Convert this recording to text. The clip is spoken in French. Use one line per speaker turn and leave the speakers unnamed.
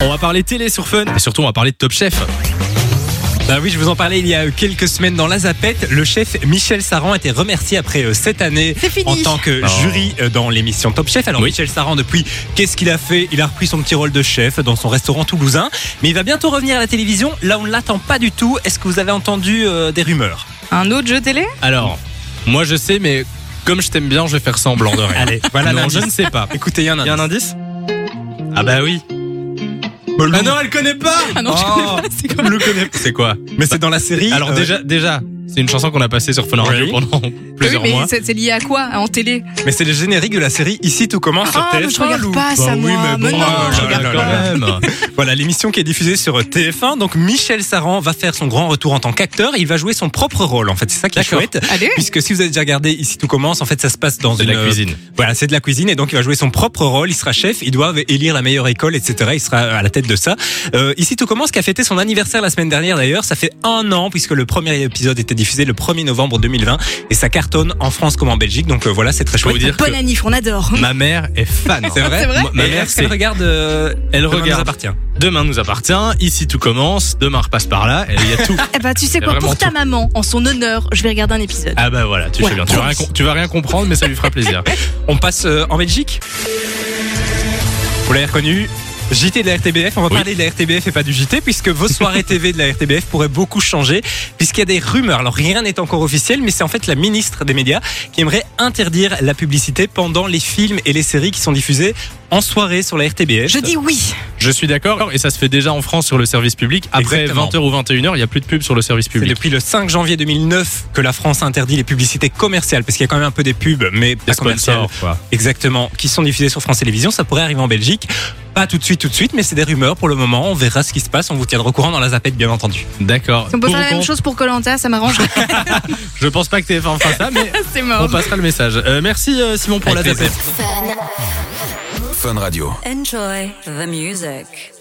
On va parler télé sur Fun et surtout on va parler de Top Chef. Bah oui, je vous en parlais il y a quelques semaines dans la Zapette. Le chef Michel Saran a été remercié après euh, sept années
C'est fini.
en tant que
Oh.
jury euh, dans l'émission Top Chef. Alors Michel Saran, depuis, qu'est-ce qu'il a fait Il a repris son petit rôle de chef dans son restaurant toulousain, mais il va bientôt revenir à la télévision. Là, on ne l'attend pas du tout. Est-ce que vous avez entendu euh, des rumeurs
Un autre jeu télé
Alors, moi je sais, mais comme je t'aime bien, je vais faire semblant de rien.
Allez, voilà.
non,
l'indice.
je ne sais pas.
Écoutez, il y en a. un
Y a un
indice.
indice Ah bah oui.
Bah
Ah non, elle connaît pas
Ah non, je
Oh.
connais pas, c'est quoi
le connaît. C'est quoi
Mais c'est dans la série.
Alors
euh,
déjà, déjà, c'est une chanson qu'on a passée sur Fun Radio
Oui.
pendant plusieurs
Oui, mais
mois.
c'est c'est lié à quoi En télé
Mais c'est le générique de la série Ici tout commence sur
Ah,
TF1.
mais je regarde
Lou.
pas ça,
Bah oui,
moi.
mais
Mais
Oh
bon,
non,
euh,
je
là,
regarde
là,
quand
là, là.
même.
Voilà l'émission qui est diffusée sur TF1. Donc Michel Saran va faire son grand retour en tant qu'acteur. Il va jouer son propre rôle. En fait, c'est ça qui est
D'accord.
chouette.
Allez
Puisque si vous avez déjà regardé Ici tout commence, en fait, ça se passe dans
C'est
une euh,
de la cuisine.
Voilà, c'est de la cuisine et donc il va jouer son propre rôle. Il sera chef, ils doivent élire la meilleure école, etc. Il sera à la tête de ça. Euh, ici tout commence qui a fêté son anniversaire la semaine dernière d'ailleurs. Ça fait un an puisque le premier épisode était diffusé le 1er novembre 2020 et ça cartonne en France comme en Belgique. Donc euh, voilà, c'est très
Je peux
chouette.
vous dire
Bonne
que
annif, on adore
ma mère est fan.
C'est vrai.
Ah, C'est vrai
Ma- Ma
Et
mère,
est-ce qu'elle
c'est
regarde. euh,
Elle
Demain nous
regarde.
appartient.
Demain nous appartient, ici tout commence, demain repasse par là, et il y a tout.
Eh bah tu sais
Il y a
quoi, pour
vraiment
ta maman, en son honneur, je vais regarder un épisode.
Ah bah voilà, tu
Ouais,
fais bien. Tu vas, rien, com- tu vas rien comprendre, mais ça lui fera plaisir.
On passe euh, en Belgique. Vous l'avez reconnu. JT de la RTBF, on va
Oui.
parler de la RTBF et pas du JT, puisque vos soirées TV de la RTBF pourraient beaucoup changer, puisqu'il y a des rumeurs. Alors rien n'est encore officiel, mais c'est en fait la ministre des médias qui aimerait interdire la publicité pendant les films et les séries qui sont diffusées en soirée sur la RTBF.
Je dis oui
Je suis d'accord, et ça se fait déjà en France sur le service public. Après
Exactement.
20h ou 21h, il n'y a plus de pub sur le service
C'est
public.
depuis le 5 janvier 2009 que la France interdit les publicités commerciales, parce qu'il y a quand même un peu des pubs, mais pas
Des
commerciales.
sponsors, quoi.
Exactement, qui sont diffusés sur France Télévisions. Ça pourrait arriver en Belgique. Pas tout de suite, tout de suite, mais c'est des rumeurs pour le moment. On verra ce qui se passe. On vous tiendra au courant dans la zapette, bien entendu.
D'accord.
Si on peut
Pour
faire la
ou
même
contre,
chose pour Colanta, ça m'arrangerait,
Je pense pas que TF1 fera ça, mais
c'est
on
mort
passera le message. Euh, merci euh, Simon pour
Avec
la
plaisir.
tapette.
Fun Radio.
Enjoy the music.